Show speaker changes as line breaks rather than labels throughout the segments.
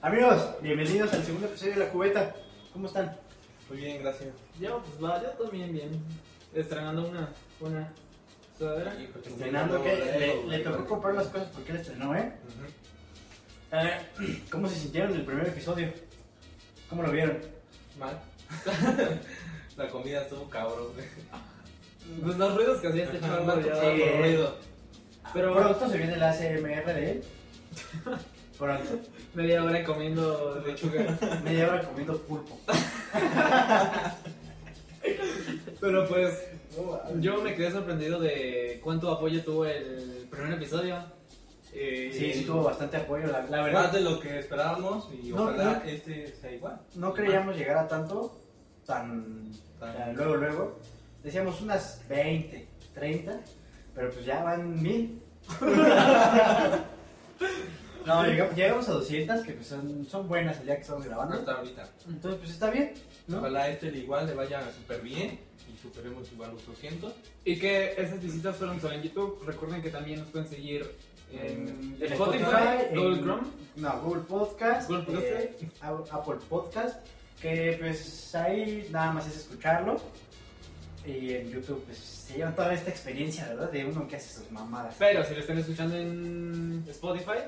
Amigos, bienvenidos al segundo episodio de La Cubeta. ¿Cómo están?
Muy bien, gracias.
Yo, pues va, yo también bien. Estrenando una, una sudadera.
Estrenando, Ah, pues ¿qué? Le, le tocó comprar las cosas porque él estrenó, ¿eh?
Ujú.
A ver, ¿cómo se sintieron en el primer episodio? ¿Cómo lo vieron?
Mal. La comida estuvo cabrón. güey.
Pues los ruidos que hacía este
Ajá,
chaval
sí.
ya.
ruido.
Pero
Pronto se viene la ACMR de él. Pronto.
media hora comiendo lechuga.
Media hora comiendo pulpo.
Pero pues,
No,
yo me quedé sorprendido de cuánto apoyo tuvo el primer episodio. Eh,
Sí, sí tuvo bastante apoyo, la, la
Más
verdad.
de lo que esperábamos y
No,
ojalá
no.
este sea igual.
No creíamos llegar a tanto, tan, tan luego, luego. Decíamos unas 20, 30, pero pues ya van mil. no, llegamos, llegamos a 200, que pues son, son buenas allá que estamos grabando.
Hasta ahorita.
Entonces, pues está bien, ¿no?
Ojalá este le igual le vaya súper bien y superemos igual los 200.
Y que esas visitas fueron solo en YouTube. Recuerden que también nos pueden seguir en
En
Spotify,
Spotify,
Google
en-
Chrome.
No, Google Podcast,
Google Podcast.
eh, A- Apple Podcast, que pues ahí nada más es escucharlo. Y en YouTube, pues se llevan toda esta experiencia, ¿verdad? De uno que hace sus mamadas.
Pero si lo están escuchando en Spotify,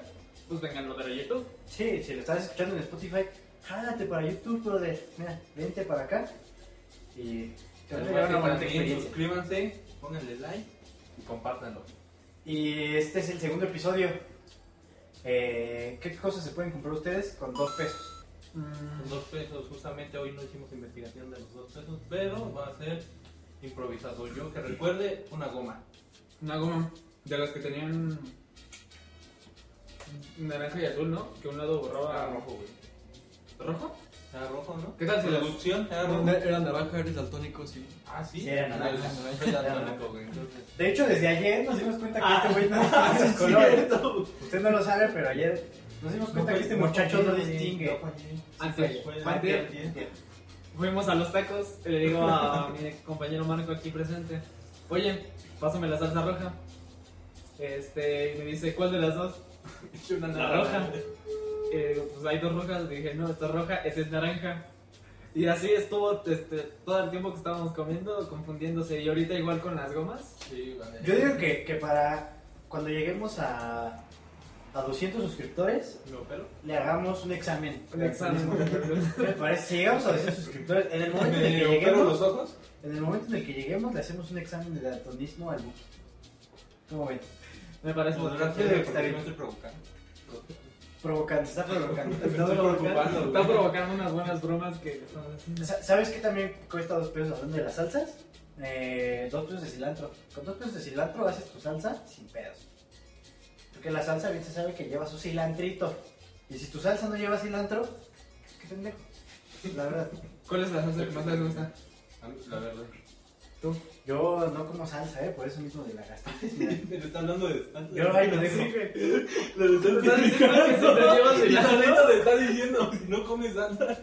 pues vengan lo de YouTube.
Sí, si lo estás escuchando en Spotify, jálate para YouTube, brother. Mira, vente para acá y te vas a llevar una
También
bonita experiencia.
suscríbanse, pónganle like y compártanlo.
Y este es el segundo episodio. Eh, ¿Qué cosas se pueden comprar ustedes con dos pesos? Mm.
Los dos pesos, justamente hoy no hicimos investigación de los dos pesos, pero va a ser improvisado. Yo que recuerde, una goma.
Una goma de las que tenían naranja y azul, ¿no? Que un lado borraba
Era Ah, rojo, güey.
rojo.
Era rojo, ¿no?
¿Qué tal si las-
Producción, era rojo.
Era naranja, eres daltónico, sí.
Ah, sí.
Sí, era naranja.
Soy daltónico, güey. Entonces,
De hecho, desde ayer nos dimos cuenta que este güey no distingue sus colores. Usted no lo sabe, pero ayer nos dimos cuenta que este muchacho no distingue.
Antes,
fue-
antes
fue-
fuimos a los tacos y le digo a mi ex compañero Marco aquí presente, oye, pásame la salsa roja. Este, y me dice, ¿cuál de las dos?
una
La roja. Y le digo, pues hay dos rojas. Le dije, no, esta es roja, esa es naranja. Y así estuvo este, todo el tiempo que estábamos comiendo, confundiéndose. Y ahorita igual con las gomas.
Sí, vale.
Yo digo que, que para cuando lleguemos a, a 200 suscriptores,
¿Lo pelo?
le hagamos un examen.
Un examen.
Me parece, si llegamos a 200 suscriptores, en el momento en el que
¿Lo pelo los
lleguemos,
ojos?
en el momento en el que lleguemos, le hacemos un examen de daltonismo al Buki. ¿Cómo ven?
Me parece
Pues,
bonito.
gracias,
Sí,
porque
está bien.
yo me estoy provocando.
Provocando, está provocando.
Me estoy preocupando,
Está
güey.
provocando unas buenas bromas que son así.
Sa- ¿Sabes qué también cuesta dos pesos hablando de las salsas? Eh, dos pesos de cilantro. Con dos pesos de cilantro haces tu salsa sin pedos. Porque la salsa bien se sabe que lleva su cilantrito. Y si tu salsa no lleva cilantro, qué pendejo. La verdad.
¿Cuál es la salsa que más les gusta?
A mí, Ah, pues, La verdad.
¿Tú?
Yo no como salsa, ¿eh? Por eso mismo de la gastritis. mira.
Pero está hablando de.
Yo ahí lo dejo.
Lo de estar
Estás diciendo que si te
criticando.
llevas el
Y la
ano.
neta te está diciendo, si no comes salsa.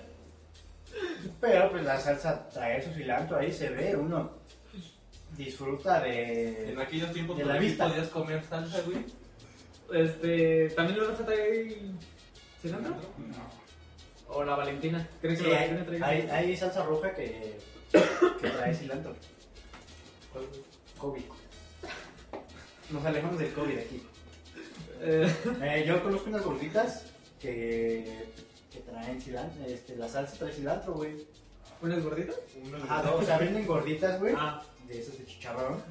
Pero pues la salsa trae su cilantro, ahí se ve, uno disfruta de...
En aquellos tiempos
De
cuando
la
sí
vista.
podías comer salsa, güey.
Este, ¿también la roja trae cilantro?
No.
¿O la Valentina? ¿Crees que
Sí,
la
hay,
Valentina trae
hay- hay salsa roja que, que trae cilantro. COVID. Nos alejamos del COVID aquí.
Eh,
Eh, yo conozco unas gorditas que, que traen cilantro. Este, la salsa trae cilantro, güey.
¿Unas gorditas?
Ajá, no, o sea, venden gorditas, güey.
Ah,
De esas de chicharrón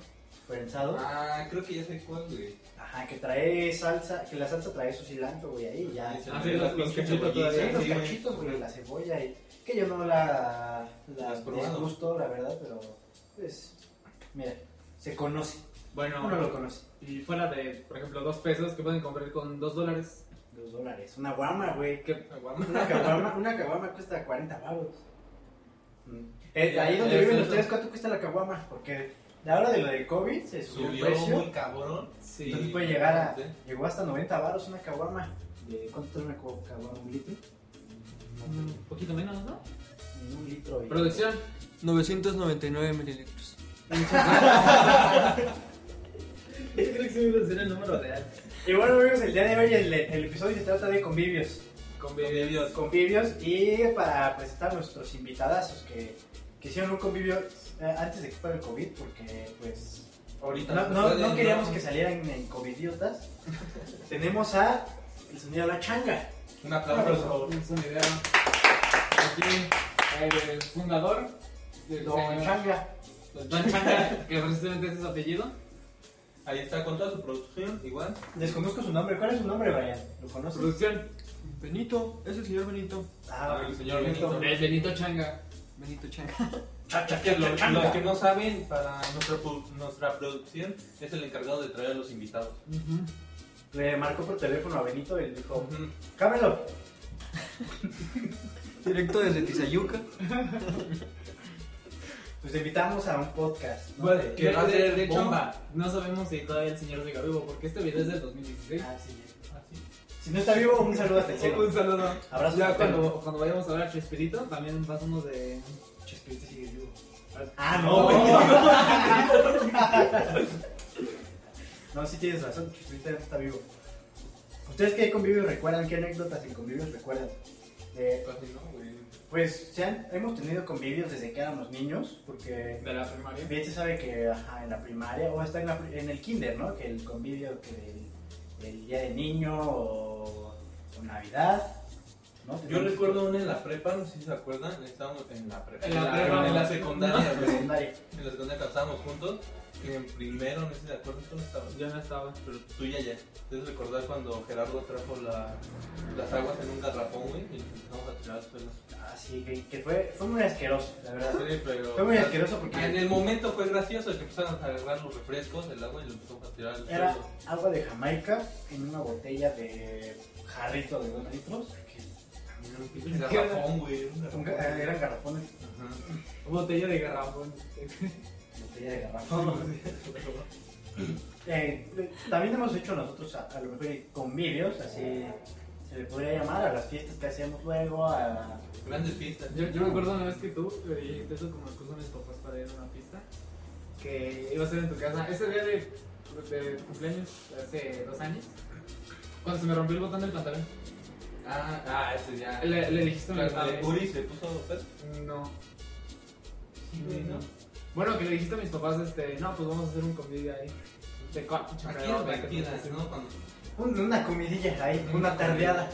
prensado.
Ah, creo que ya sé cuál, güey.
Ajá, que trae salsa, que la salsa trae su cilantro, güey, ahí ya.
Se
Ah,
le
sí,
ve
los-
la
los
pinche
cachitos
cebollita,
todavía,
Sí, los
sí, güey.
cachitos, güey, la cebolla y que yo no la, la
¿Has probado?
disgusto, la verdad, pero pues, mira, se conoce.
Ah, bueno.
Uno lo conoce.
Y fuera de, por ejemplo, dos pesos que pueden comprar con dos dólares.
Dos dólares. Una guama, güey.
Que
Aguama.
Una caguama, una caguama cuesta 40 baros. Mm. Eh, ahí donde
Ya,
viven
eso,
ustedes,
eso.
¿cuánto cuesta la caguama? Porque de ahora de lo del COVID se subió,
Subió
el precio.
muy cabrón.
sí.
Entonces puede llegar a.
¿eh?
Llegó hasta 90 baros una caguama. ¿De cuánto es una co- caguama? ¿Un litro?
Un poquito menos, ¿no?
Mm.
No, Un litro. y-
Producción.
999 mililitros.
Yo creo que sí me iba a decir el número real.
Y bueno, amigos, el día de hoy el, el episodio se trata de convivios.
Convivió.
convivios y para presentar a nuestros invitadazos que, que hicieron un convivio eh, antes de que fuera el COVID porque pues
Ahorita
no,
se
no-
puede,
no queríamos
¿no?
que salieran en covidiotas. Tenemos a el sonido de la changa.
Un aplauso.
Es una idea. Aquí, el fundador. del
Don
señor
Changa.
Don Changa, que precisamente ese es su apellido.
Ahí está con toda su producción, igual.
Desconozco su nombre. ¿Cuál es su nombre, Brian? ¿Lo conoces?
Producción.
Benito, es el señor Benito.
Ah, el señor Benito.
El Benito Changa.
Benito Chang.
Cha, cha,
Que
cha,
lo-
changa.
los que no saben, para nuestra, pu- nuestra producción es el encargado de traer a los invitados.
Le marcó por teléfono a Benito y le dijo,
Ujú.
cámelo.
Directo desde Tizayuca.
Pues te invitamos a un podcast. ¿no?
Bueno,
De-
que va a ser
de hecho,
bomba.
no sabemos si todavía el señor siga vivo, porque este video es del 2016.
Ah, sí.
Así.
Si no está vivo, un saludo hasta el
Sí, un
cielo.
saludo.
Abrazo.
Ya cuando, cuando vayamos a ver a Chespirito, también pasamos de.
Chespirito sigue vivo. Ah, no, güey. No, sí tienes razón, Chespirito ya no está vivo. ¿Ustedes qué convivios recuerdan? ¿Qué anécdotas en convivios recuerdan? Eh,
Casi no, güey.
pues se han- hemos tenido convivios desde que éramos niños, porque
De la primaria.
Bien se sabe que ajá, en la primaria o hasta en, la pri- en el kinder, ¿no? Que el convivio que del, del día de niño o, o Navidad, ¿no?
Yo
Tenemos-
recuerdo una en la prepa, no sé si se acuerdan, estábamos en la prepa.
En la prepa.
en la
en
secundaria,
la
güey.
secundaria.
En la secundaria estábamos juntos, que en primero, no sé si se acuerdan, tú no estabas,
Yo no estaba.
pero tú ya ya. Entonces recordar cuando Gerardo trajo la- las aguas en un garrafón, güey, y empezamos a tirar al suelo.
Así que, que fue, fue muy asqueroso, la verdad.
Sí, pero-
Fue muy asqueroso porque
En el momento fue gracioso que empezaron a agarrar los refrescos, el agua y lo empezamos a tirar al
Era
suelo.
agua de Jamaica en una botella de jarrito de 2 litros. que
Un garrafón, güey. un
son
garrafón.
ga- eh, eran garrafones,
Ajá.
Botella de garrafón.
botella de garrafón. Eh, eh, también hemos hecho nosotros a, a lo mejor eh, convivios, así se le podría llamar, a las fiestas que hacíamos luego, a...
Grandes fiestas.
Yo, yo me acuerdo una vez que tú le dijiste eso como excusa a mis papás para ir a una fiesta que iba a ser en tu casa. Ese día de, de cumpleaños, hace dos años, cuando se me rompió el botón del pantalón,
Ah, ah, ese ya.
le, le dijiste a mi
Cuando
papá.
Uri se puso pedo.
No. Mm.
Sí, güey, ¿no?
Bueno, que le dijiste a mis papás, este, no, pues vamos a hacer un convivio ahí. De coche,
Aquí las mentiras, ¿no? Cuando
un- una comidilla ahí, una tardeada.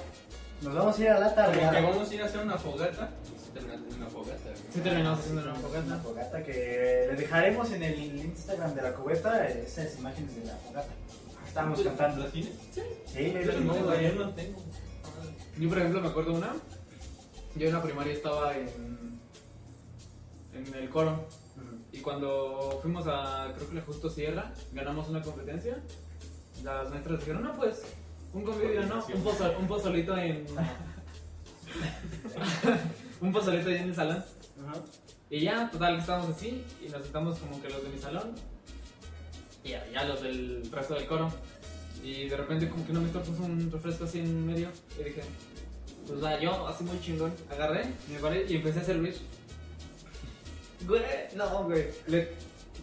Nos vamos a ir a la
como que
tardeada.
vamos a ir a hacer una fogata. Se termina haciendo una fogata.
Sí,
güey.
terminamos haciendo una
Una
fogata.
fogata que le dejaremos en el Instagram de la cubeta eh, esas imágenes de la fogata. Estábamos
¿Tú-
cantando.
¿Las tienes?
Sí, le-
Yo no, güey,
le-
yo no tengo.
Yo, por ejemplo, me acuerdo una. Yo en la primaria estaba en. en el coro.
Ujú.
Y cuando fuimos a, creo que la Justo Sierra, ganamos una competencia. Las maestras dijeron, no, pues, un convivio, ¿no? Un, pozo- un pozolito en. un pozolito ahí en el salón.
Ujú.
Y ya, total, estábamos así y nos sentamos como que los de mi salón y ya, ya los del resto del coro. Y de repente como que no me puso un refresco así en medio y dije, pues va, yo así muy chingón, agarré, me paré y empecé a servir. Güey, no, güey, le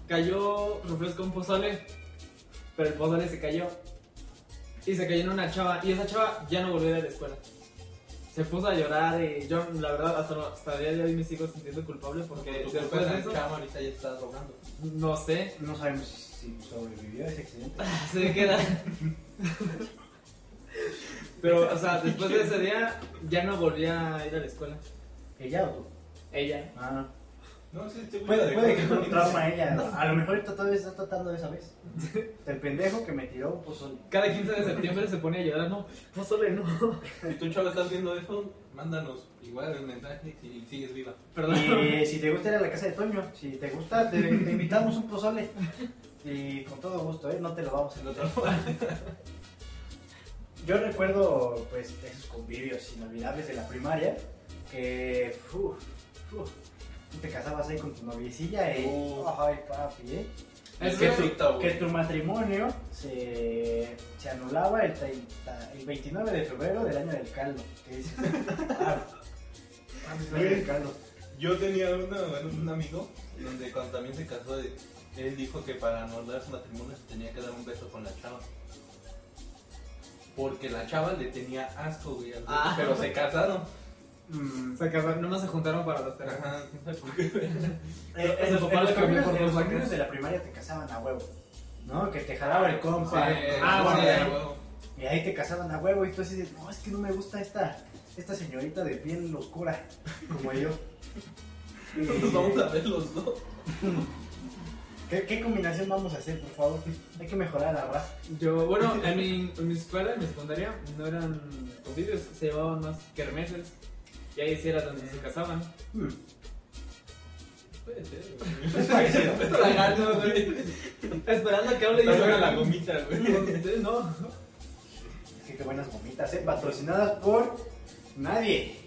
cayó refresco a un pozole, pero el pozole se cayó. Y se cayó en una chava y esa chava ya no volvió a ir a la escuela. Se puso a llorar y yo, la verdad, hasta, hasta el día de hoy me sigo sintiendo culpable porque
Porque tu
después
compa
de
en
eso,
cama ahorita ya está rogando.
no sé,
No sabemos si si sobrevivió a ese accidente.
se queda. Pero, o sea, después de ese día ya no volví a ir a la escuela.
¿Ella o tú?
Ella.
Ah,
No, sí, este güey la
Puede,
dejó
puede que
bien
fue un
bonita.
trauma ella. A lo mejor ahorita todavía está tratando de esa vez. El pendejo que me tiró pues, un pozole.
Cada 15 de septiembre se pone a llorar, no, pozole no.
Si tú, chavo, estás viendo eso, mándanos igual el mensaje si sigues viva.
Perdón.
Y eh, si te gusta ir a la casa de Toño, si te gusta, te, te invitamos un pozole. Y con todo gusto, ¿eh? No te lo vamos a
El otro lado.
Yo recuerdo, pues, esos convivios inolvidables de la primaria. Que, uf, uf, tú te casabas ahí con tu noviecilla y...
Uf.
Ay, papi, ¿eh?
Es
Qué
que-
fruta,
Que
güey.
tu matrimonio se, se anulaba el, 30 el 29 de febrero del año del caldo. ¿Qué dices? Ah, ah, pues, el año del caldo.
Yo tenía una- bueno, un amigo donde cuando también se casó, eh, de- él dijo que para anular su matrimonio se tenía que dar un beso con la chava. Porque la chava le tenía asco, güey. al-
Ah.
Pero se casaron.
Mm,
Se casaron, nomás se juntaron para los terrenos.
Ajá, quién sabe por qué.
eh,
Los
en los- en los
papás los cambió
caminos-
por
en los
dos
caminos
vacas.
de la primaria te casaban a huevo. ¿No? Que te jalaba el compa.
Sí,
el
ah,
compa,
sí,
bueno.
a huevo.
Y ahí te casaban a huevo y tú así de, no, es que no me gusta esta, esta señorita de piel oscura, como yo. Y-
Entonces vamos a ver los dos.
¿Qué, qué combinación vamos a hacer, por favor? Hay que mejorar la raza.
Yo, bueno, en mi, en mi escuela, en mi secundaria, no eran convivios, se llevaban más kermeses. Y ahí sí era donde se casaban.
Hmm.
Puede ser,
Es parecido.
Tragando, güey. Esperando que hable
güey.
y
Está buena
yo.
la gomita, güey.
Entonces, no.
Sí, qué buenas gomitas, ¿eh? Patrocinadas por nadie.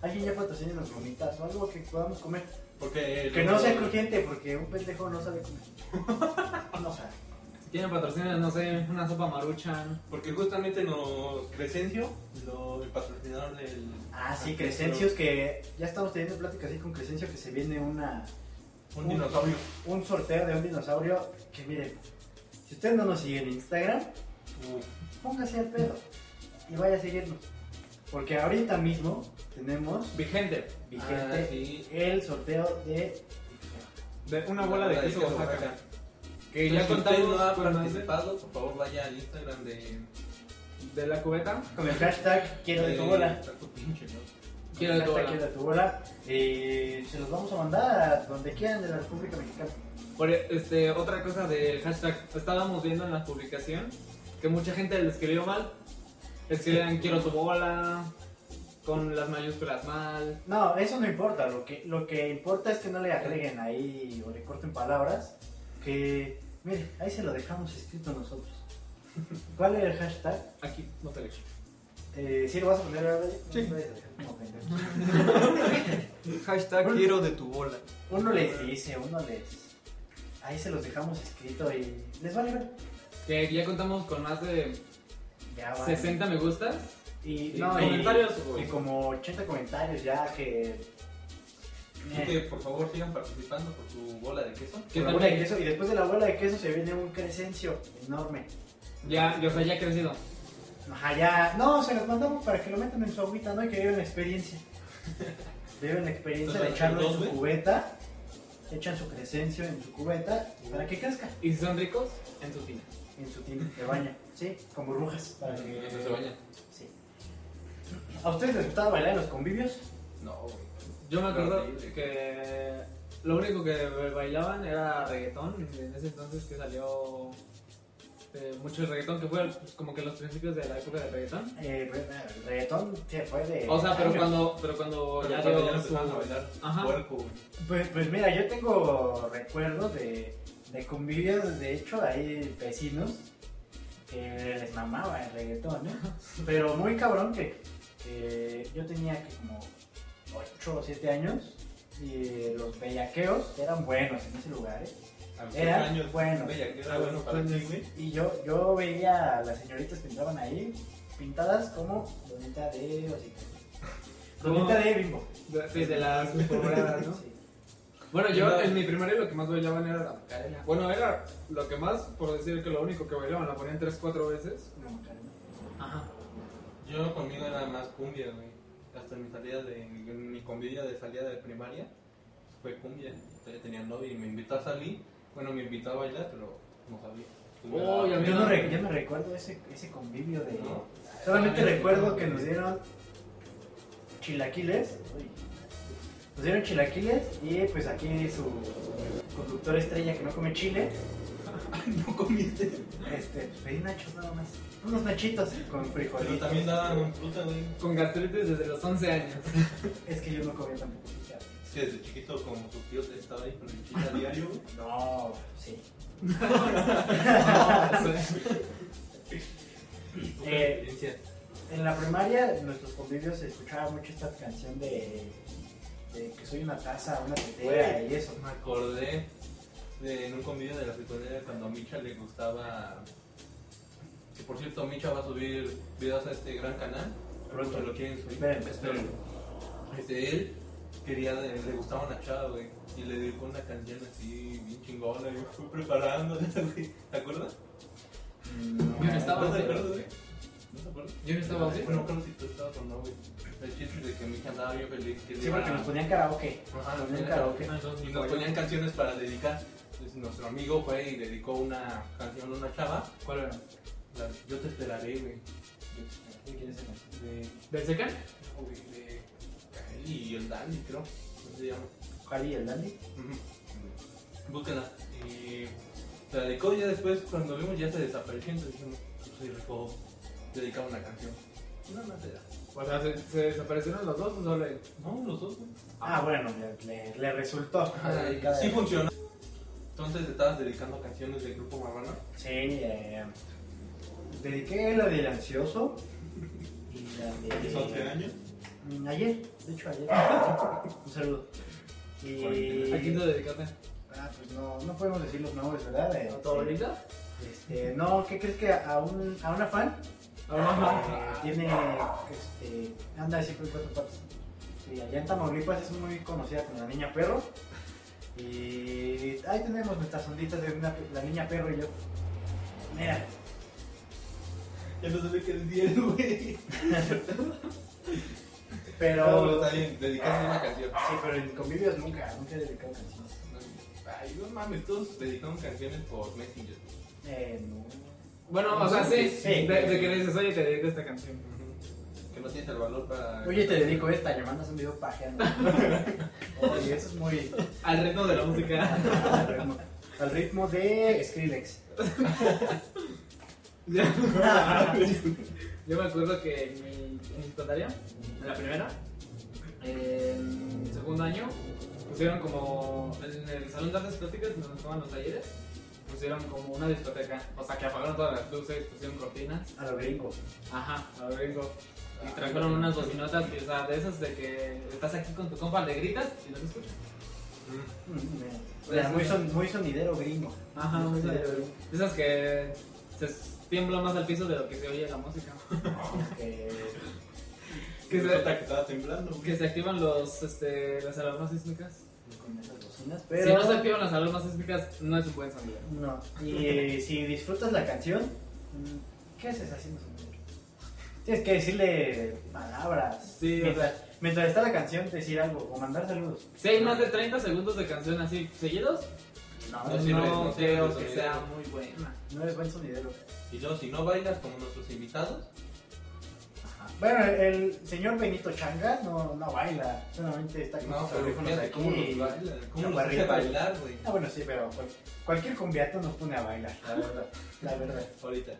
¿Alguien ya patrocina las gomitas o algo que podamos comer?
Porque eh,
Que
el-
no sea crujiente, porque un pendejo no sabe comer. No sabe.
Si tienen patrocinio, no sé, una sopa maruchan.
Porque justamente no, Crescencio, lo, el patrocinador del.
Ah, sí, Crescencios, que ya estamos teniendo pláticas así con Crescencio, que se viene una,
Un dinosaurio.
un sorteo de un dinosaurio que miren, si ustedes no nos siguen en Instagram, póngase al pedo y vaya a seguirnos. Porque ahorita mismo tenemos
Vigente.
vigente
Ah, sí.
el sorteo de...
De una bola de queso Oaxaca. Que ya
Entonces, si usted no ha
contamos con las
participado, por favor vaya al Instagram de.
de la cubeta.
Con el hashtag quiero de tu
de-
bola. Eh.
Taco pinche, ¿no?
Quiero de tu
Hashtag
bola.
quiero de tu bola. Y se los vamos a mandar a donde quieran de la República Mexicana.
Por, este, otra cosa del hashtag, estábamos viendo en la publicación que mucha gente lo escribió mal. Escribían quiero tu bola, con las mayúsculas mal.
No, eso no importa. Lo que, lo que importa es que no le agreguen ahí o le corten palabras. Que, mire, ahí se lo dejamos escrito nosotros. ¿Cuál era el hashtag?
Aquí, no te leo.
Eh, ¿Sí lo vas a poner ahora?
Sí.
No, no, pendejo.
Hashtag quiero de tu bola.
Uno les dice, uno les... Ahí se los dejamos escrito y les vale ver.
Que ya contamos con más de
Ya van.
60 me gustas.
Y,
y
no, y-
comentarios. o-
y como 80 comentarios ya que...
Así que por favor sigan participando por su bola de queso.
que
Con la bola de
también
queso, y después de la bola de queso se viene un crescencio enorme.
ya, ya, o sea, ya ha crecido.
Ajá, ya. No, se los mandamos para que lo metan en su agüita, ¿no? Y que vivan la experiencia. Viven la experiencia de
Entonces,
echarlo en
¿dos,
su
güey?
cubeta. Echan su crescencio en su cubeta para que crezca
Y si son ricos, en su tina.
en su tina de baña, ¿sí? Con burbujas. Para que
Mientras se bañan.
Sí. ¿A ustedes les gustaba bailar en los convivios?
No, güey.
Yo me acuerdo
Horrible.
que lo único que bailaban era reggaetón, en ese entonces que salió este, mucho el reggaetón, que fue pues, como que los principios de la época del reggaetón.
Eh, re- el reggaetón se fue de.
O sea, pero
años.
cuando, pero cuando
Pero
ya
cuando
dio
ya
su...
empezaron a bailar
Ajá.
puerco, güey.
Pues, pues mira, yo tengo recuerdos de, de convivios, de hecho, hay vecinos que les mamaba el reggaetón, ¿eh? Pero muy cabrón que, que yo tenía que como 8 o 7 años y los bellaqueos eran buenos en ese lugar, ¿eh?
A los
Era
años,
bueno. pues,
Bella, que era bueno para ti, güey.
Y yo, yo veía a las señoritas que entraban ahí pintadas como donita de osito.
Como-
Donita de bimbo.
de- sí, de las pobladas, ¿no?
Sí.
Bueno, yo
No.
en mi primaria lo que más bailaban era la macarena. Bueno, era lo que más, por decir que lo único que bailaban, la ponían 3, 4 veces.
No, Macarena.
Ajá.
Yo conmigo era más cumbia, güey. Hasta mi salida de. Mi, mi convivia de salida de primaria fue cumbia. Todavía tenía novio y me invitó a salir. Bueno, me invitó a bailar, pero no sabía.
Oh, ya
Yo
Mira.
no, re- yo no recuerdo ese, ese convivio de...
No.
Solamente
Ah,
recuerdo
sí.
que nos dieron chilaquiles. Uy. Nos dieron chilaquiles y pues aquí su conductor estrella que no come chile,
No comiste.
este, pues pedí nachos nada más. Unos nachitos con
Pero
frijolitos.
también daban fruta, güey.
Con gastritis desde los 11 años.
Es que yo no comía tampoco.
Es que desde chiquito, como tu tío te estaba ahí con el chile a diario, güey.
No, sí.
Fue una
Eh.
experiencia.
En la primaria, en nuestros convivios se escuchaba mucho esta canción de, de que soy una taza, una tetera y eso.
Me acordé de en un convivio de la secundaria cuando a Micha le gustaba. Que por cierto, Micha va a subir videos a este gran canal. Pronto lo quieren subir.
Espérenme, espérenme.
Este, él quería, le gustaba una chava, güey. Y le dedicó una canción así, bien chingona. Y fue preparándola, güey. ¿Te acuerdas?
No,
Yo no estaba.
¿No te acuerdas, güey?
Yo no estaba así.
Bueno, no creo si tú estabas o no, güey. El chiste de que mi hija andaba bien feliz. Que
Sí,
iba
porque
a-
nos ponían karaoke.
Ajá,
Nos
nos
ponían
ponían
karaoke.
Ah, entonces,
Y nos ponían canciones para dedicar. Entonces, nuestro amigo fue y dedicó una canción a una chava.
¿Cuál era?
La de Yo te esperaré, güey. Yo te esperaré.
¿Quién es ese?
De,
¿Del Secan?
no, güey, de él y el Dani, creo. ¿Cómo se llama?
Harry y el Dandy.
Ujú. Búsquenla. Y se la dedicó y ya después, cuando vimos, ya se desapareció. Entonces dijimos, pues se rifó dedicar una canción. Y nada más era.
O sea, ¿se, se desaparecieron los dos o solo él?
No, los dos, güey.
Ah, bueno, le, le- le resultó.
Ajá, Sí funcionó. Entonces estabas dedicando canciones del grupo Marrano.
Sí, eh, dediqué la del ansioso. Y la de.
este
Mm, Ayer, de hecho ayer. Un saludo. Y.
¿A quién te dedicaste?
Ah, pues no, no podemos decir los nombres, ¿verdad? Eh,
¿A tu abuelita?
Este, no, ¿qué crees que a, un, a una fan eh,
Ah,
tiene, este, anda siempre en cuatro patas. Sí, allá en Tamaulipas es muy conocida como la niña perro. Y ahí tenemos nuestras onditas de una- la niña perro y yo. Mira,
Ya no sabe qué decir, güey.
pero...
está bien, dedicaste una canción.
Sí, pero en convivios nunca, nunca he dedicado canciones.
Ay, no mames, todos dedicaron canciones por Messenger.
Eh, no.
Bueno, o sea, sí.
Sí.
De, de que le dices, oye, te dedico esta canción.
Que no tienes el valor para.
Oye, te dedico esta, le mandas un video pajeando. Oye, eso es muy...
Al ritmo de la música.
al ritmo- Al ritmo de Skrillex.
Yo me acuerdo que en mi, en mi secundaria, en la primera, en segundo año, pusieron como. En el salón de artes plásticas, donde estaban los talleres, pusieron como una discoteca. O sea, que apagaron todas las luces, pusieron cortinas.
A lo gringo.
Ajá, a ver, vengo. Y trajeron unas bocinotas, que, o sea, de esas de que estás aquí con tu compa, le gritas y no se escucha.
Mm, mira, muy, son- muy sonidero gringo.
Ajá,
Muy
muy
sonidero
sonidero.
gringo.
De esas que se tiembla más al piso de lo que se oye la música.
Que-
Que se,
estaba temblando,
que se activan los, este, las alarmas sísmicas.
con esas bocinas,
Si
pero
no se activan las alarmas sísmicas, no es un buen sonido.
no. Y eh, si disfrutas la canción, mm, ¿qué haces haciendo sonidero? Tienes que decirle palabras.
Sí, o
mientras, mientras está la canción, decir algo o mandar saludos.
Si hay más de 30 segundos de canción así seguidos,
No,
No
no,
sirve, no sirve
creo
el
que
sonido.
sea muy buena.
eres buen sonidero.
Y luego, si no bailas como nuestros invitados,
Bueno, el señor Benito Changa no, no baila, solamente está con
no,
sus
pero
audífonos
fíjate cómo
aquí.
nos bailan. ¿Cómo
la
nos hace
barriga.
bailar, güey?
Ah, bueno, sí, pero cual- cualquier conviato nos pone a bailar, la verdad. La verdad.
Ahorita.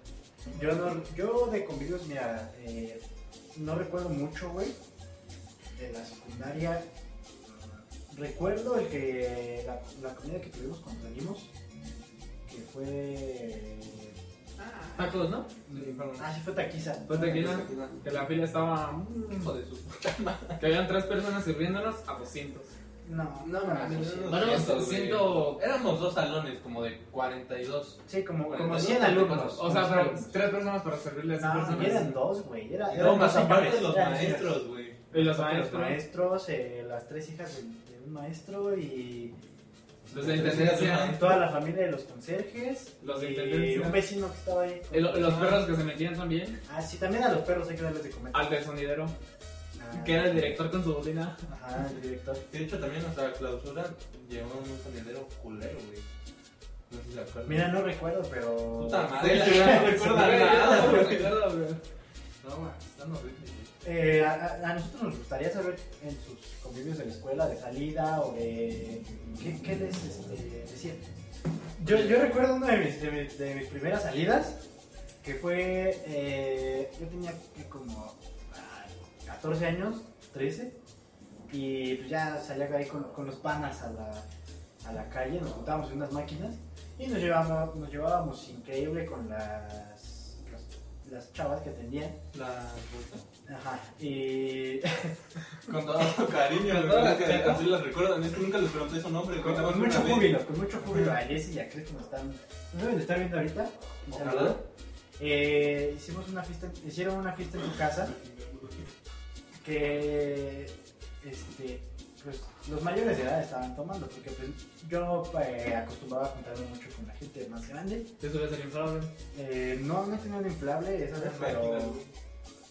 Yo, no- yo de convivios, mira, eh, no recuerdo mucho, güey. De la secundaria, mm, recuerdo el que la, la comida que tuvimos cuando salimos, que fue. eh,
Tacos, ¿no?
Sí, perdón.
Ah, sí, fue taquiza.
Fue taquiza. Que la fila estaba. mm,
Hijo de su puta madre.
Que habían tres personas sirviéndonos a 200.
No,
No, mames,
sí.
Ah, no, no.
Bueno,
Cientos,
siento.
Éramos dos salones, como de 42.
Sí, como,
Bueno,
como
entonces,
100 alumnos.
O sea, pero tres personas para servirle a esas
No,
personas.
y eran dos, güey. Era, eran
No, más
dos
aparte
señores,
los
eran
maestros, güey.
Y los
Porque los
maestros.
maestros, eh, las tres hijas de, de un maestro y
Los de intendencia.
toda la familia de los conserjes.
Los de
y
intendencia.
un vecino que estaba ahí.
y lo- Los perros que se metían también.
Ah, sí, también a los perros hay que darles de comer.
Al del sonidero.
Ah,
Que era el director con su bocina.
Ajá, el director.
De hecho, también nuestra clausura llevó un sonidero culero, güey. No sé si se acuerdan.
Mira, no recuerdo, pero.
Puta madre,
Sí,
yo no
Yo
recuerdo
Ah, no
nada,
me
güey.
acuerdo, güey.
No, man, están horribles, güey.
eh, a, a- a nosotros nos gustaría saber en sus convivios de la escuela, de salida o de. ¿Qué, qué les este, decían? Yo, yo recuerdo una de mis, de, mis, de mis primeras salidas que fue. eh, yo tenía que como ah, 14 años, 13, y pues ya salía ahí con, con los panas a la, a la calle, nos juntábamos en unas máquinas y nos llevábamos, nos llevábamos increíble con las, las, las chavas que atendían.
La puta.
Ajá, y
Con todo su cariño,
Con
güey.
todo
Las
el
que
cariño.
así las recuerdan. Es que nunca les pregunté su nombre,
con,
güey.
con mucho
Una vez.
júbilo, con mucho júbilo a Jessy y a Chris que nos están, nos deben de estar viendo ahorita. Un
Ojalá.
saludo. Eh, hicimos una fiesta, hicieron una fiesta en su casa que, este, pues los mayores de edad estaban tomando porque pues yo eh, acostumbraba a juntarme mucho con la gente más grande.
Te subes al inflable.
Eh, no, no tenía un inflable, esa vez,
Una máquina,
pero
güey.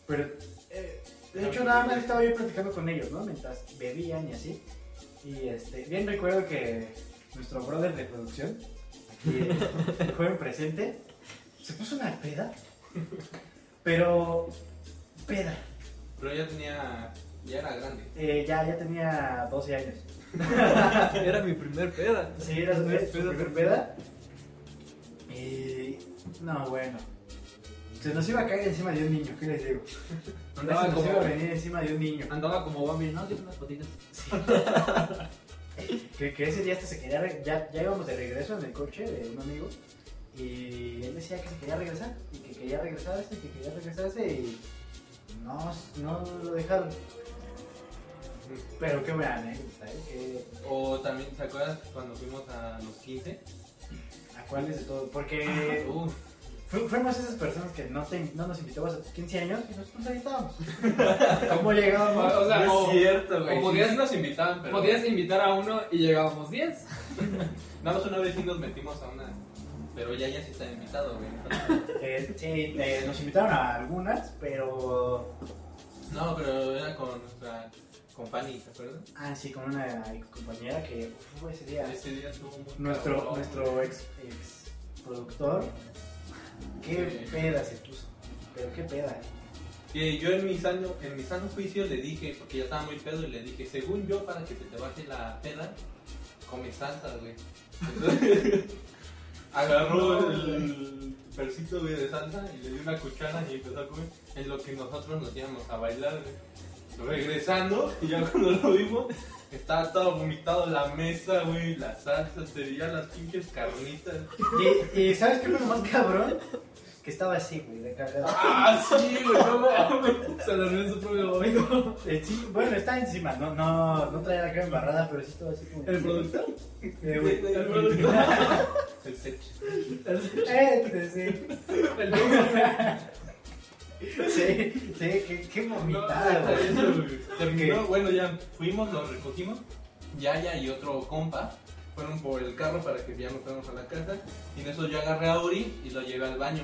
Pero, eh, de hecho, nada más estaba yo platicando con ellos, ¿no? Mientras bebían y así. Y este, bien recuerdo que nuestro brother de producción, aquí, el joven presente, se puso una peda. Pero, peda.
Pero ya tenía. Ya era grande.
Eh, ya, ya tenía 12 años.
Era mi primer peda.
Sí, era su
Primer
su primer peda. Y. No, bueno. Se nos iba a caer encima de un niño, ¿qué les digo?
Andaba
se nos
como-
iba a venir encima de un niño.
Andaba como Bambi, ¿no? Tiene unas patitas.
Que, que ese día hasta se quería. re- Ya, ya íbamos de regreso en el coche de un amigo. Y él decía que se quería regresar. Y que quería regresarse, y que quería regresarse. Y. No, no lo dejaron. Pero qué buena anécdota, ¿eh? Qué-
O también, ¿te acuerdas cuando fuimos a los 15?
¿A cuál es de todo? Porque.
Uf,
Fu- Fuimos esas personas que no, te- no nos invitabas a tus 15 años y nosotros ahí estábamos. ¿Cómo llegábamos?
O sea,
no
o-
es cierto, güey.
o podías-
Sí, nos invitaban, pero.
Podías invitar a uno y llegábamos 10.
Nada más una vez sí nos metimos a una. Pero ya, ya sí está invitado, güey.
Eh, sí, eh, nos invitaron a algunas, pero.
No, pero era con nuestra. Con Fanny, ¿te acuerdas?
Ah, sí, con una compañera que uf, ese día.
Ese día estuvo muy.
Nuestro,
cabrón.
nuestro ex, ex productor. Qué
Sí.
peda se puso. Pero qué peda.
Que yo en mi sano, en mi sano juicio le dije, porque ya estaba muy pedo, y le dije, según yo, para que se te baje la peda, come salsa, güey. Entonces, agarró el percito, güey, de salsa y le dio una cuchara y empezó a comer. En lo que nosotros nos íbamos a bailar, güey. Regresando, y ya cuando lo vimos, estaba todo vomitado la mesa, güey, la salsa, se veían las pinches carnitas.
Y, y ¿sabes qué fue lo más cabrón? Que estaba así, güey, de cagado.
¡Ah, sí, güey! no mames!
Se dormió en su propio vómito.
Eh, sí, bueno, está encima, no, no, no traía la cara embarrada, pero sí estaba así como.
El productor.
Eh, güey.
El productor.
El sexo.
Este, sí.
El productor.
Sí, sí, qué, qué
No,
vomitada,
no,
güey.
eso, güey. Terminó,
¿Qué?
bueno, ya fuimos, lo recogimos. Yaya y otro compa fueron por el carro para que ya nos fuéramos a la casa. Y en eso yo agarré a Ori y lo llevé al baño.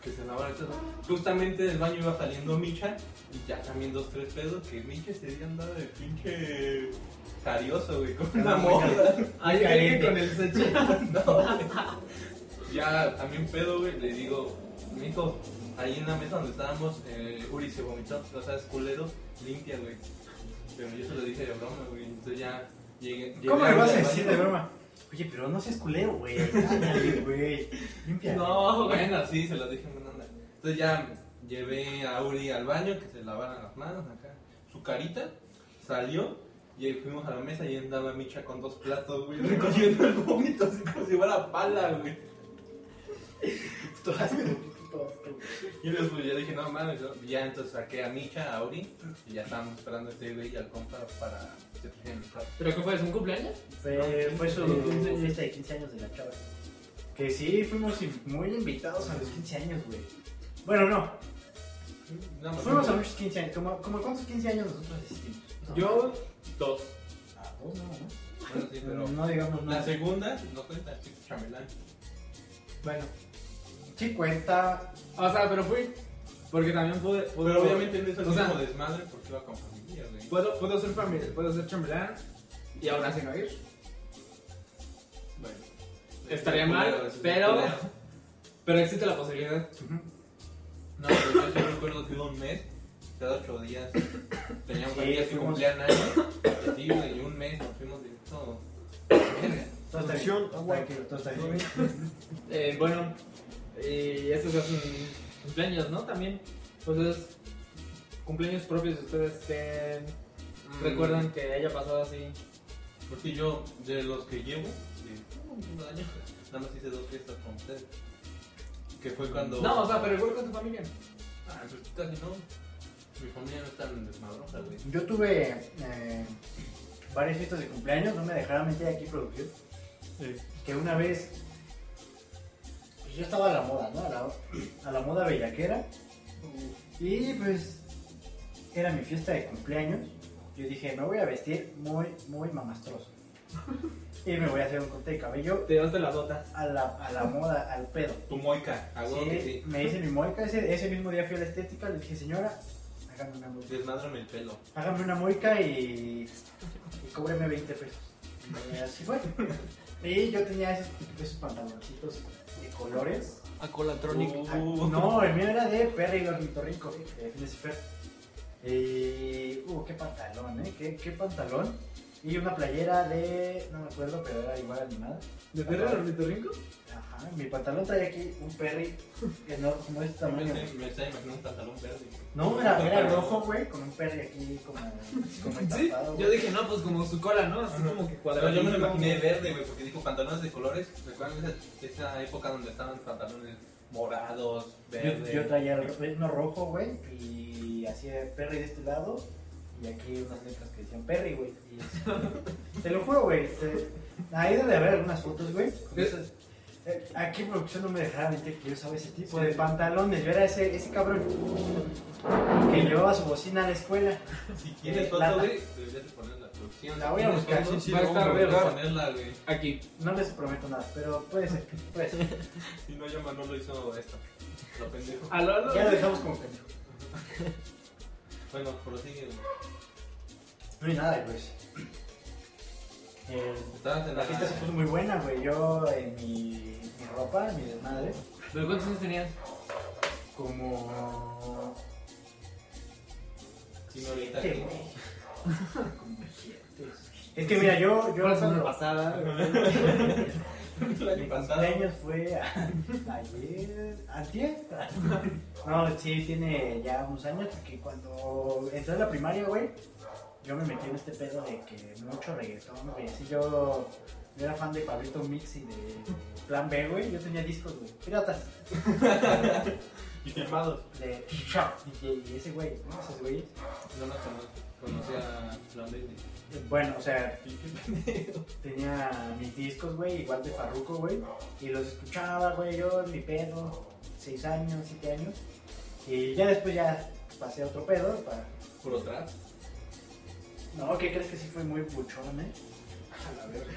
Que se lavara el pelo. Justamente del baño iba saliendo Micha y ya también dos, tres pedos. Que Micha se había andado de pinche carioso, güey, con una
Andaba muy
morra.
Ahí
Caliente.
viene con el Sechi.
No, güey. ya también pedo, güey, le digo, mijo, ahí en la mesa donde estábamos, eh, Uri se vomitó, o sea, es culero, limpia, güey. Pero yo se lo dije de broma, güey, entonces ya llegué.
¿Cómo
llegué
le vas a
al
decir de
baño.
broma? Oye, pero no seas culero, güey. Ándale, güey. Limpia.
No, bueno, sí, se lo dije en buena onda. Entonces ya llevé a Uri al baño, que se lavaran las manos acá. Su carita salió y ahí fuimos a la mesa y andaba Micha con dos platos, güey, recogiendo el vómito, así como si fuera pala, güey.
Puto asco, puto asco.
Y después yo dije, no mames, ¿no? ya entonces saqué a Micha, a Ori, y ya estábamos esperando a este güey y al compa para que se pusieran el plato.
¿Pero qué fue? ¿Es un cumpleaños?
Fue, fue su
15 años.
fiesta de 15 años de la chava. Que sí, fuimos in- muy invitados a los 15 años, güey. Bueno, no,
No,
fuimos a muchos 15 años. ¿Como, como cuántos 15 años nosotros asistimos?
Yo, dos.
A dos, no, ¿no?
Bueno, sí,
Pero
pero
no digamos
la
nada.
segunda no cuenta, sí, chamelán.
Bueno, sí cuenta.
O sea, pero fui. Porque también pude. pude-
Pero obviamente no es el
O sea, pues,
mismo desmadre porque iba con familia, güey.
Puedo, puedo ser familia, puedo ser chambelán y aún así no ir.
Bueno.
Estaría
Sí,
mal,
culero, eso sí,
pero-
culero.
Pero existe la posibilidad.
No, pero yo sí recuerdo que iba un mes, cada ocho días, teníamos
Sí,
familias que
fuimos-
cumplían años, y sí, güey, y un mes nos fuimos de todo.
Mm,
Todo está bien.
Producción, agua.
Tranquilo, todo está bien.
Eh, bueno, y estos es un cumpleaños, ¿no? También. Entonces, cumpleaños propios de ustedes que recuerdan que haya pasado así.
Porque yo, de los que llevo, de un chingo de años, nada más hice dos fiestas con ustedes. Que fue cuando.
No, o sea, pero igual con tu familia.
Ah, pues casi no. Mi familia no es tan desmadrosa, güey.
Yo tuve eh, varias fiestas de cumpleaños, no me dejaron mentir aquí producción. Que una vez pues, yo estaba a la moda, ¿no? A la, a la moda bellaquera. Y pues era mi fiesta de cumpleaños. Yo dije, me voy a vestir muy, muy mamastroso. Y me voy a hacer un corte de cabello
Te llevaste las botas.
a la, a la moda, al pedo.
Tu moica, a huevo que
Sí,
sí.
me hice mi moica, ese, ese mismo día fui a la estética, le dije, señora, hágame una moica.
Desmádrame el pelo.
Hágame una moica y, y cóbreme 20 pesos. Y así fue. Y yo tenía esos, esos pantaloncitos de colores.
A Colatronic.
Uh.
Ah, no, el mío era de perra y ornitorrinco, de Phineas y Ferb. Y, uh, qué pantalón, ¿eh? Qué, qué pantalón. Y una playera de, no me acuerdo, pero era igual animada.
¿De perro el ornitorrinco?
Ajá, mi pantalón traía aquí un perry enorme, como de este
Yo
tamaño.
pensé- Me estaba imaginando un pantalón verde.
No, era, era rojo, güey, con un perry aquí como, como
Sí.
tapado.
Yo dije, no, pues como su cola, ¿no? Así
Ajá.
como que
Pero
cuadrado.
yo me lo imaginé verde, güey, porque dijo pantalones de colores. ¿Recuerdan esa, esa época donde estaban pantalones morados,
Yo,
verdes?
yo traía el- uno rojo, güey, y hacía perry de este lado. Y aquí unas letras que decían perry, güey. y este, Te lo juro, güey. este, Ahí debe haber algunas fotos, güey. con
¿Eh?
esas- eh, Aquí en producción no me dejaba mentir que yo usaba ese tipo de pantalones. Yo era ese, ese cabrón que llevaba su bocina a la escuela.
Si quieres
Eh,
foto,
lata.
güey, deberías de poner la producción.
La voy a buscar,
Sí,
sí,
sí, va a
la
estar
voy a
verde.
buscar.
ponerla, güey.
Aquí.
No les prometo nada, pero puede ser, puede ser.
Si no, ya Manolo hizo esto. Lo pendejo.
Ah.
A lo
Ya lo
largo.
dejamos como pendejo.
Bueno, prosigue, güey.
No hay nada, pues. Eh,
Estabas en
la fiesta se puso muy buena, güey. Yo en mi, mi ropa, en mi desmadre,
¿Pero cuántos años tenías?
como.
Sí, ahorita
siete,
aquí.
güey. Como siete. Es que mira, yo. yo
la semana pasada.
el año pasado.
Mi cumpleaños fue a- ayer, antier. No, sí, tiene ya unos años, porque cuando entré a la primaria, güey, yo me metí en este pedo de que mucho reggaetón, güey. Así yo, yo era fan de Pablito Mix y de Plan B, güey. Yo tenía discos, güey, piratas.
Y filmados.
De Shop DJ y ese güey, ¿no? esos güeyes.
No nos cono- conocía a Plan Baby.
Bueno, o sea, tenía mis discos, güey, igual de Farruko, güey, y los escuchaba, güey, yo en mi pedo, seis años, siete años, y ya después ya pasé a otro pedo para...
Puro trap.
No, ¿qué crees que sí fue muy puchón, eh? A la verga.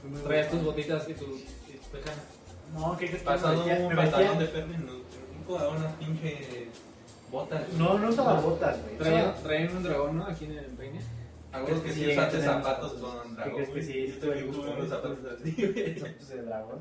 Fue muy
Traías tus
buchón.
botitas y tu y tu tejana.
No, ¿qué crees que
Pasando
me metía-
un
me metía-
pantalón de perro en un a unas pinche botas.
No, no usaba botas, güey.
Traían,
usaba-
traían un dragón, ¿no? Aquí en el peine.
A huevos que
Sí,
sí usaste
tenemos
zapatos
zapatos.
con
¿Qué
dragón.
crees que
güey.
sí?
Yo también tuve unos zapatos así, güey.
zapatos de dragón,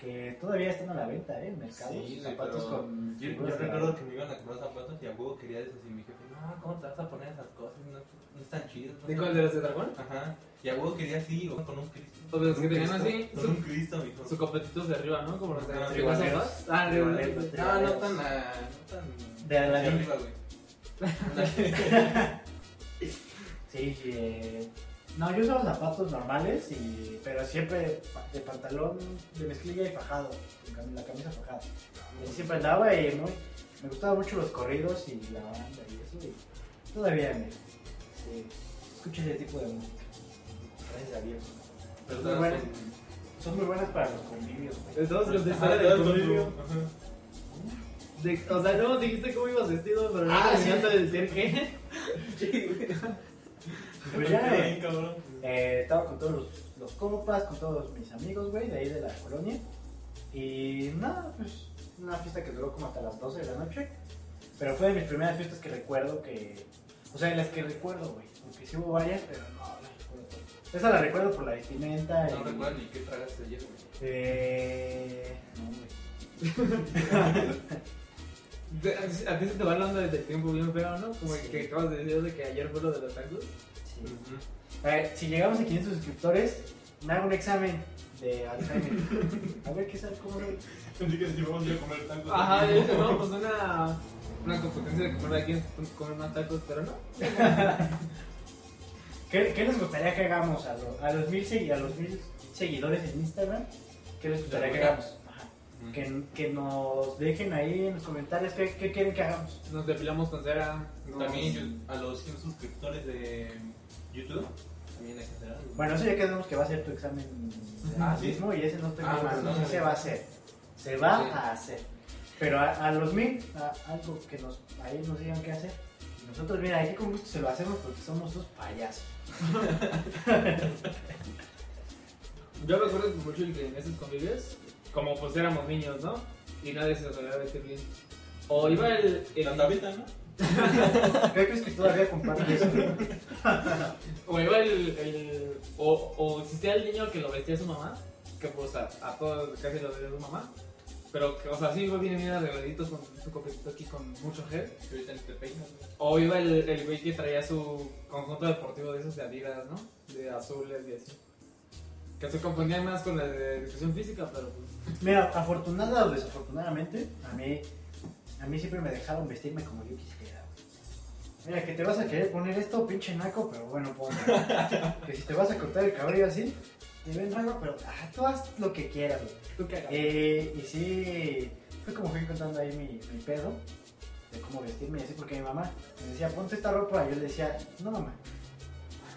que todavía están a la venta, ¿eh? En mercados,
Sí, güey,
zapatos
pero
con...
Yo, yo
figuras de
recuerdo
dragón.
que me iban a comprar zapatos y a huevo quería de esos y mi jefe, no, ¿cómo te vas a poner esas cosas? No, no están chidas. ¿no?".
¿De cuál de las de dragón?
Ajá. Y a huevo quería así, o con un Cristo.
O de los que
Con un
tenían así,
Cristo,
su-
Con un Cristo, mijo.
Sus copetitos de arriba, ¿no? Como los de
Ah,
los
igual.
regalos. Ah, de
Igual.
verdad.
No, no tan. ah, no tan
pues, De Aladín.
hacia arriba, güey.
Sí, eh, no, yo usaba zapatos normales, y, pero siempre pa- de pantalón de mezclilla y fajado, con cam- la camisa fajada. Y siempre andaba y muy, me gustaban mucho los corridos y la banda y eso. y todavía me sí, escucho ese tipo de música. Gracias a Dios.
Pero
Muy
estabas
buenas.
con-
Son muy buenas para los convivios, güey.
Estamos los de
Ajá,
estar
estabas
del
con tu-
convivio.
Ah, ajá.
De- O sea, no nos dijiste cómo ibas vestido, pero
Ah,
no terminaste
sí.
de decir qué.
Pero ya,
Bien,
eh,
cabrón.
Eh, estaba con todos los, los compas, con todos mis amigos, güey, de ahí de la colonia. Y nada, pues una fiesta que duró como hasta las 12 de la noche. Pero fue de mis primeras fiestas que recuerdo que... O sea, de las que recuerdo, güey. Porque sí hubo varias, pero no las recuerdo. todas. Esa la recuerdo por la vestimenta.
No
y-
recuerdo ni qué tragaste ayer, güey.
Eh, no, güey.
De- A ti se te va la onda desde el tiempo bien feo, ¿no? Como
Sí.
que acabas de decir de que ayer fue lo de los tacos.
Sí. A ver, si llegamos a 500 suscriptores, me hago un examen de Alzheimer. A ver qué sale, cómo soy.
Pensé que si vamos a ir a comer tacos.
Ajá, yo dije, no, pues una, una competencia de comer aquí es comer más tacos, pero no.
¿Qué, qué les gustaría que hagamos a, lo- a los mil segui- a los mil seguidores en Instagram? ¿Qué les gustaría que hagamos? Ajá.
Ujú.
Que, que nos dejen ahí en los comentarios qué, qué quieren que hagamos.
Nos depilamos con cera. nos-
También yo- a los 100 suscriptores de YouTube. También hay que hacer algo.
Bueno, eso ya quedamos que va a ser tu examen de
Ah,
racismo y ese no tengo
Ah,
más, no
perdón.
sé, se va a hacer. Se va
Sí.
a hacer. Pero a, a los mil, a- algo que nos, ahí nos digan qué hacer. Nosotros, mira, aquí con gusto se lo hacemos porque somos dos payasos.
Yo recuerdo mucho el que en esos convivios, como pues éramos niños, ¿no? Y nadie se sabía vestir bien. O iba el. el-
La tapita, ¿no?
¿Qué crees que todavía compartes eso?
o iba el. el- o, o existía el niño que lo vestía su mamá, que pues a, a todos casi lo vestía su mamá. Pero, que, o sea, sí iba bien, bien arregladitos con su copetito aquí con mucho gel.
Que ahorita este ni te peinas, güey.
O iba el, el güey que traía su conjunto deportivo de esos de Adidas, ¿no? De azules y así. Que se confundían más con la de educación física, pero pues.
Mira, afortunada o desafortunadamente, a mí, a mí siempre me dejaron vestirme como yo quisiera. güey. Mira, que te vas a querer poner esto, pinche naco, pero bueno, pongo. que si te vas a cortar el cabello así, te ven raro, pero ah, tú haz lo que quieras, güey.
Tú que hagas.
Eh, y sí, fue como fui contando ahí mi, mi pedo de cómo vestirme y así, porque mi mamá me decía, ponte esta ropa. Y yo le decía, no, mamá,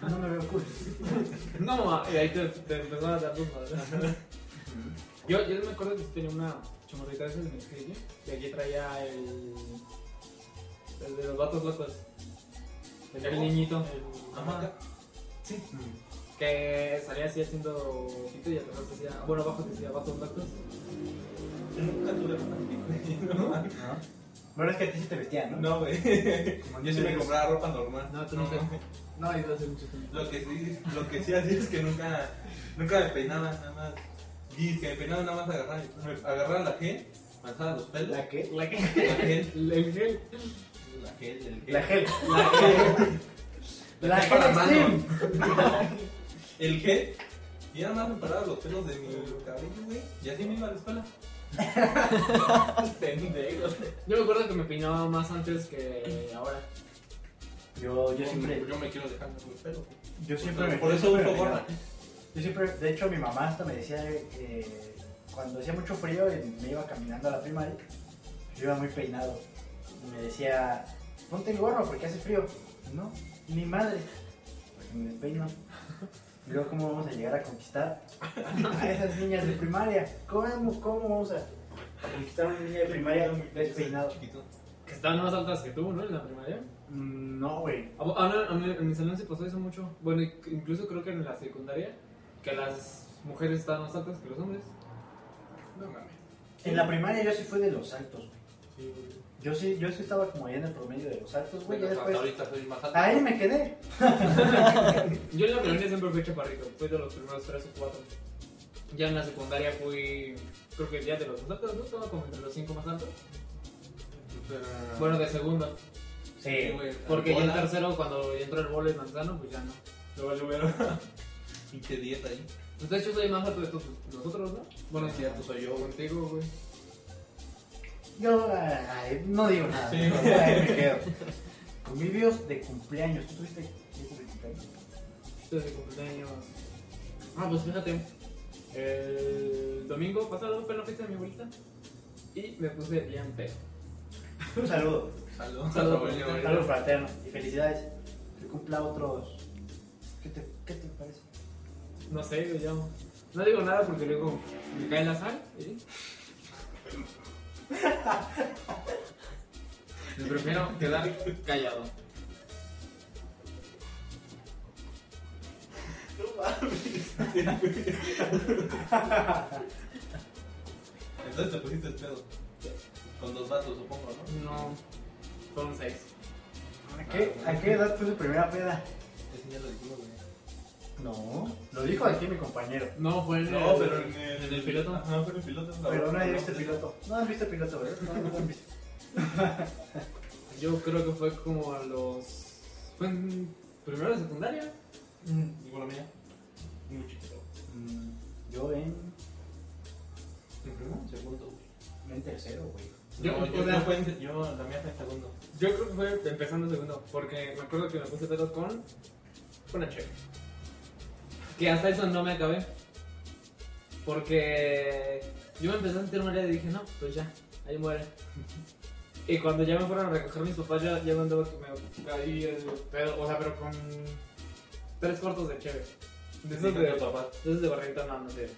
no me veo cool.
No, mamá, y ahí te, te empezaron a dar tus madres. yo, yo me acuerdo que tenía una chamorrita de esas en mi escritorio, y aquí traía el. el de los vatos locos. El, del niñito. Ajá. Sí. Que salía así haciendo pito y atrás decía. Bueno, abajo decía vatos locos.
Yo nunca tuve una No,
Bueno, es que a ti sí te vestían, ¿no?
No, güey. Yo sí me compraba ropa normal.
No, tú nunca. No, yo hace mucho tiempo.
Lo que sí, lo que sí hacía es que nunca, nunca me peinaba, nada más. Y que me peinaba nada más agarrar. Me agarraba la gel, manzaba los pelos. La,
¿La qué?
La que.
gel,
El gel.
la gel, el gel.
La gel.
La que.
La
La
gel
para mano.
extreme.
El gel. Y nada más me paraba los pelos de mi cabello, güey. Y así me iba a la escuela. Pendejo.
Yo me acuerdo que me peinaba más antes que ahora.
Yo, yo siempre,
Yo me quiero dejar los pelos. güey.
yo siempre me-
Por eso
siempre
uso
me
gorra.
Yo siempre, de hecho, mi mamá hasta me decía eh, cuando hacía mucho frío y me iba caminando a la primaria, yo iba muy peinado. Y me decía, ponte el gorro porque hace frío. No, ni madre, porque me despeino. Y luego, ¿cómo vamos a llegar a conquistar a esas niñas de primaria? ¿Cómo, cómo vamos a conquistar a una niña de primaria despeinado?
Chiquito.
Que estaban más altas que tú, ¿no? En la primaria.
Mm, No, güey.
A, a- a- a mí- ah, en mi salón se pasó eso mucho. Bueno, inc- incluso creo que en la secundaria, que las mujeres estaban más altas que los hombres.
No mames.
En la primaria yo sí fui de los altos, güey. Yo sí, yo sí estaba como ahí en el promedio de los altos, güey. Ya
Bueno, hasta
después,
ahorita soy más alto.
ahí me quedé.
Yo en la primaria siempre fui chaparrito, fui de los primeros tres o cuatro. Ya en la secundaria fui, creo que ya de los más altos, ¿no? Estaba como entre los cinco más altos.
Pero-
Bueno, de segundo.
Sí,
güey,
Porque ya en
bola,
tercero, cuando ya entró el bolo y manzano, pues ya no.
Luego el número. Pinche dieta ahí.
Pues de hecho soy más alto de todos nosotros, ¿no? Bueno, si ya tú soy yo contigo, güey.
Yo ay, no digo nada.
Sí.
Ay, me quedo. Convivios de cumpleaños. ¿Tú tuviste fiestas de cumpleaños?
Desde cumpleaños. Ah, pues fíjate. El domingo pasado fue la fiesta de mi abuelita. Y me puse bien feo.
Un saludo.
Saludos.
Saludos,
Saludos.
Un saludo fraterno. Y felicidades. Que cumpla otros. ¿Qué te, qué te parece?
No sé, yo llamo. No digo nada porque luego me cae la sal. ¿eh? Me prefiero quedar callado.
Entonces te pusiste el pedo. Con dos vatos, supongo, ¿no?
No. Fueron seis.
¿A qué, a qué edad fue tu primera peda?
Ese ya lo dijimos, güey.
No. Lo dijo aquí mi compañero.
No, fue en
No,
el-
pero en el, Ah.
en el piloto.
Ajá, pero el piloto. la
Pero
verdad,
no he
no.
visto piloto. No has visto piloto, ¿verdad? No, no lo han visto.
Yo creo que fue como a los. Fue en primero de secundaria.
Mm,
Igual la mía. Muy chiquito.
mm, Yo en,
¿En primero? Segundo, güey.
en tercero, güey.
Yo-
Yo,
o
yo,
sea-
yo, fue en- yo, la mía fue en segundo.
Yo creo que fue empezando segundo, porque me acuerdo que me puse pedo con una cheve. Que hasta eso no me acabé. Porque yo me empecé a sentir mal y dije, no, pues ya, ahí muere. y cuando ya me fueron a recoger mis papás, ya, ya me andaba que me caí el pedo, o sea, pero con tres cuartos de cheve. De esos de,
Dije,
de esos de barrita, no, no sé.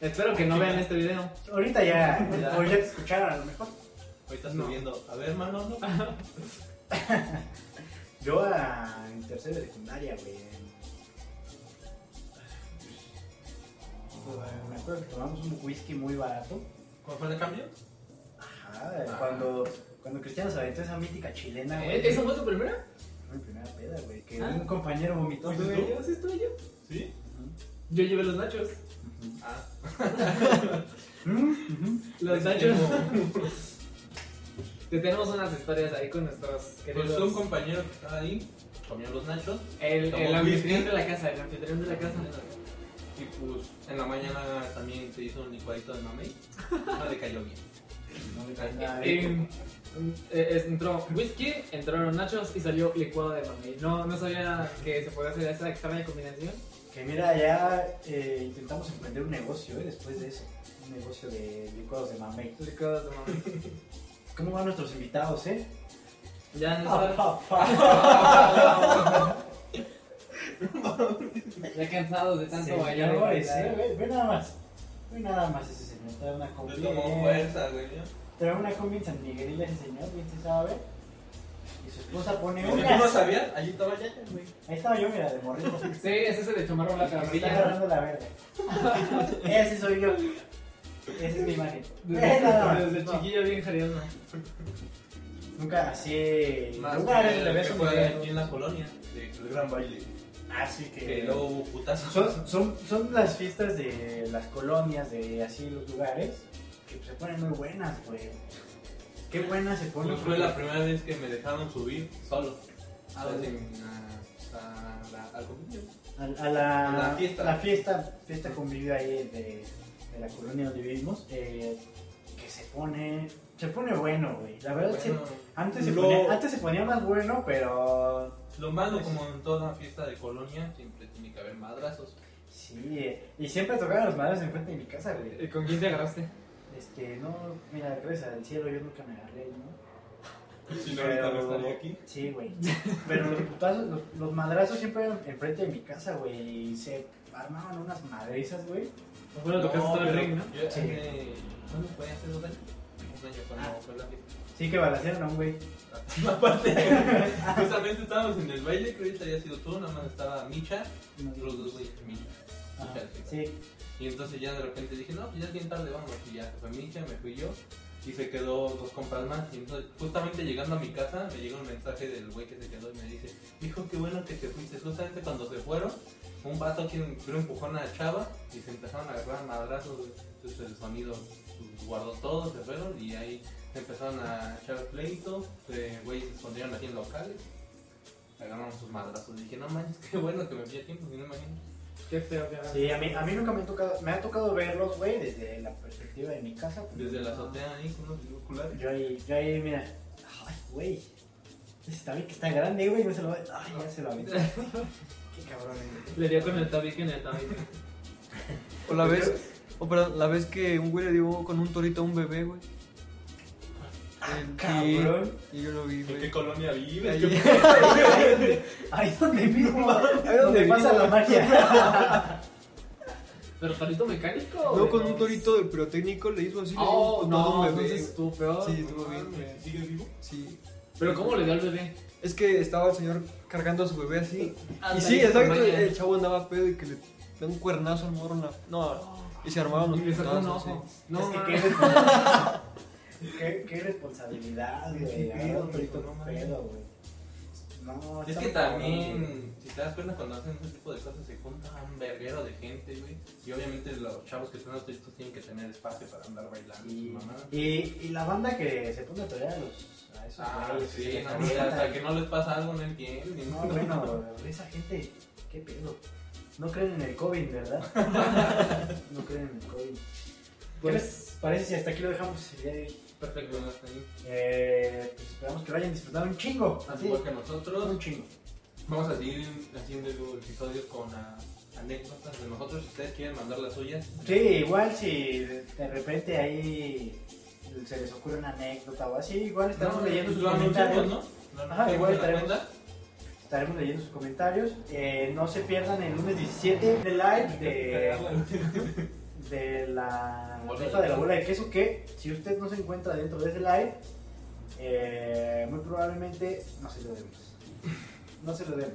Espero que no vean este video.
Ahorita ya.
Ya.
O ya te escucharon a lo mejor.
Ahorita
No.
subiendo. A ver, mano, no.
Yo a, en tercero de secundaria, güey. en- Pues, Me acuerdo que tomamos un whisky muy barato.
¿Cuál fue el cambio?
Ajá,
Ah.
cuando, cuando Cristiano se aventó esa mítica chilena, güey.
¿Eh? ¿Esa fue tu primera?
Fue mi primera peda, güey. Que
Ah.
un compañero vomitó,
¿Fuiste
güey.
tú?
¿Yo? ¿Sí estuve yo?
¿Sí?
Yo llevé los nachos.
Ujú.
Ah.
Mm, ujú.
Los
Es
nachos.
como-
Te tenemos unas historias ahí con nuestros
Pues un
queridos.
compañero que estaba ahí, comió los nachos
El,
Tomó
el anfitrión
whisky. Ah,
de la casa, el anfitrión de la casa.
y pues en la mañana también se hizo un licuadito de mamey. No le cayó bien.
No me cae nada.
Eh, eh, es- entró whisky, entraron nachos y salió licuado de mami. No, no sabía que se podía hacer esa extraña combinación.
Que mira, ya eh, intentamos emprender un negocio, ¿eh? Después de eso. Un negocio de licuados de mamey.
Licuado de mami.
¿Cómo van nuestros invitados, eh?
Ya no
Pa,
saben.
pa, pa.
Ya cansados de tanto bailar. y
Señores, eh,
bailar.
güey, ve nada más. Ve nada más ese señor. Trae una combi.
Le tomó
eh,
fuerza, güey. ¿no?
Trae una combi en San Miguel ese señor, bien se sabe. Y su esposa pone
Como tú no
unas. Ahí
sabías, allí estaba Yaya, güey.
estaba yo, mira, de morrito.
Sí, es ese de chamarro
Me
blanca
está
amarilla.
agarrando la verga. Ese soy yo. Esa es mi imagen. Eh, nada más.
Desde, desde
No.
chiquillo bien jareando.
Nunca así
Más
lugares
que-
le ves
que
un
fue
video.
aquí en la colonia, del gran baile.
Así que,
Que luego hubo putazos.
son, son, son las fiestas de las colonias, de así los lugares, que se ponen muy buenas, güey. Qué buenas se ponen.
Pues fue la primera vez que me dejaron subir solo.
¿A
O sea,
dónde?
sin- a- a la- al convivio.
A, a la,
La fiesta.
La fiesta, fiesta convivio ahí de, de la colonia donde vivimos, eh, que se pone, se pone bueno, güey. La verdad es que
Bueno,
antes, se
lo-
ponía, antes se ponía más bueno, pero
Lo malo, como en toda fiesta de colonia, siempre tiene que haber madrazos.
sí. eh, Y siempre tocaban los madres enfrente de mi casa, güey.
¿Y ¿Con quién te agarraste?
Este, no, mira, gracias al cielo yo nunca me agarré, ¿no?
Si no,
Pero-
ahorita no estaría aquí.
Sí, güey. Pero los putazos, los, los madrazos siempre eran enfrente de mi casa, güey. Y se armaban unas madrizas, güey.
Bueno, tocaste
No,
todo el
pero
ring, ¿no?
Yo, eh,
Sí.
hace- ¿Cuándo fue? ¿Hace dos años? Un año cuando
Ah.
fue la fiesta.
Sí, que balacearon a un güey.
Aparte, justamente estábamos en el baile, que ahorita había sido tú, nada más estaba Micha
No,
y los dos güeyes Micha.
Ajá, Ah, Sí,
Y entonces ya de repente dije, no, pues ya es bien tarde, vámonos. Y ya se fue Micha, me fui yo. Y se quedó dos compas más. Y entonces, justamente llegando a mi casa, me llega un mensaje del güey que se quedó y me dice, hijo, qué bueno que te fuiste. Justamente cuando se fueron, un vato quien dio un empujón a la chava y se empezaron a agarrar a madrazos. güey. Entonces el sonido pues, guardó todo, se fueron y ahí empezaron a echar pleito. eh, Güeyes se escondieron aquí en locales. Agarraron sus madrazos. Y dije, no manches, qué bueno que me fui a tiempo, si no imagino.
Qué feo que hagas.
sí a, mí, a mí nunca me ha tocado, me ha tocado verlos, güey, desde la perspectiva de mi casa. pues,
Desde la
no.
azotea ahí con unos binoculares.
Yo ahí, yo ahí, mira. Ay, güey. Está bien que está grande, güey. No se lo va a... Ay, ya se lo ha visto. Qué cabrón, güey.
Le dio con el tabique en el tabique.
O la vez, o perdón, la vez que un güey le dio con un torito a un bebé, güey. Sí,
Cabrón.
Y yo lo vi,
¿En
güey.
qué colonia vives?
Ahí.
Ahí donde mismo. Ahí
donde
donde pasa
vivo.
la magia.
¿Pero torito mecánico?
No,
o
con
no?
un torito del pirotécnico le hizo así. le dio
Oh,
con todo
no,
un
entonces
bebé.
estuvo peor.
Sí.
No mames, ¿Sigue Ah, vivo?
Sí.
Pero ¿cómo le dio al bebé?
Es que estaba el señor cargando a su bebé así.
Ah,
Y sí,
la
exacto.
maña.
El chavo andaba pedo y que le dio un cuernazo al morro. en la- No, y se armaban los
Y le sacó un
putazos,
ojo.
sí.
No,
es que qué
mames.
responsabilidad. qué, qué responsabilidad, güey.
pedo,
agarrar un
güey,
perrito
no
no
mames.
pedo, güey. No,
Es
está
que
muy cabrón, güey.
también, si te das cuenta, cuando hacen ese tipo de cosas se junta un verguero de gente, güey. Y obviamente los chavos que están autistas tienen que tener espacio para andar bailando. Y
Y,
su mamá.
y, y la banda que se pone a torear a los. A esos
Ah,
güeyes que se
sí,
les
no,
avientan.
güey, hasta que no les pasa algo no entienden.
No, bueno, esa gente, qué pedo. No creen en el COVID, ¿verdad? no creen en el COVID. ¿Qué les parece si hasta aquí lo dejamos el día de hoy?
Perfecto, no está ahí.
Eh, pues esperamos que lo hayan disfrutado un chingo.
Al
Así,
Igual que nosotros,
un chingo.
vamos a seguir haciendo episodios con ah, anécdotas de nosotros. Si ustedes quieren mandar las suyas,
Sí, igual si de repente ahí se les ocurre una anécdota o así, igual estaremos
No, pues
leyendo sus
lo anunciamos,
comentarios.
¿no? Lo
Ajá,
anunciamos
igual
en la
estaremos-
cuenta.
Estaremos leyendo sus comentarios. Eh, no se pierdan el lunes 17 de live de... de la
Bola
rifa
de
de la
queso.
bola de queso que si usted no se encuentra dentro de ese live eh, muy probablemente no se lo demos no se lo den.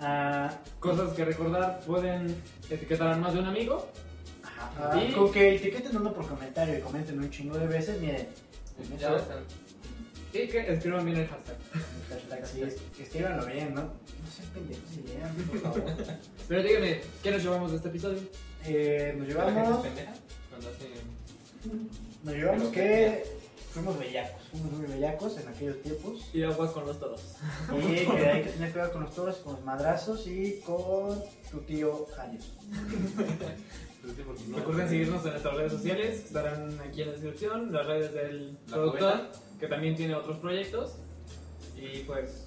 Ah,
Cosas que recordar pueden etiquetar a más de un amigo.
ajá, ah,
Y-
Con que etiqueten uno por comentario y comenten un chingo de veces, miren.
Pues Ya están.
Y que escriban bien el hashtag.
hashtag sí, es- escríbanlo bien, ¿no? No sean pendejos y lean, por favor.
Pero díganme, ¿qué nos llevamos de este episodio?
Eh, nos
¿La gente es
llevamos,
pendeja? Cuando hacen-
nos llevamos
Pero
que fuimos bellacos, fuimos muy bellacos en aquellos tiempos.
Y aguas con los toros.
Y que hay que tener cuidado con los toros, con los madrazos y con tu tío Jarius.
Creo que porque no-
Recuerden seguirnos en nuestras redes sociales, que estarán aquí en la descripción, las redes del
La
productor,
cubeta.
que también tiene otros proyectos. Y pues,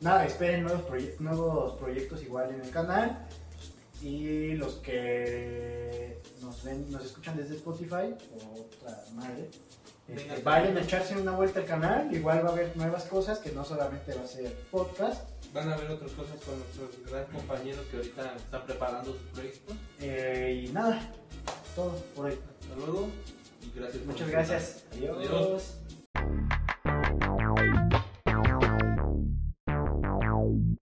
Nada, esperen nuevos, proye- nuevos proyectos igual en el canal. Y los que nos ven, nos escuchan desde Spotify, otra madre, este,
Venga.
vayan a echarse una vuelta al canal. Igual va a haber nuevas cosas que no solamente va a ser podcast.
Van a ver otras cosas con nuestros grandes compañeros que ahorita están preparando sus proyectos.
Eh, y nada, todo por hoy.
Hasta luego y gracias. por
Muchas
escuchar.
gracias.
Adiós.
Adiós.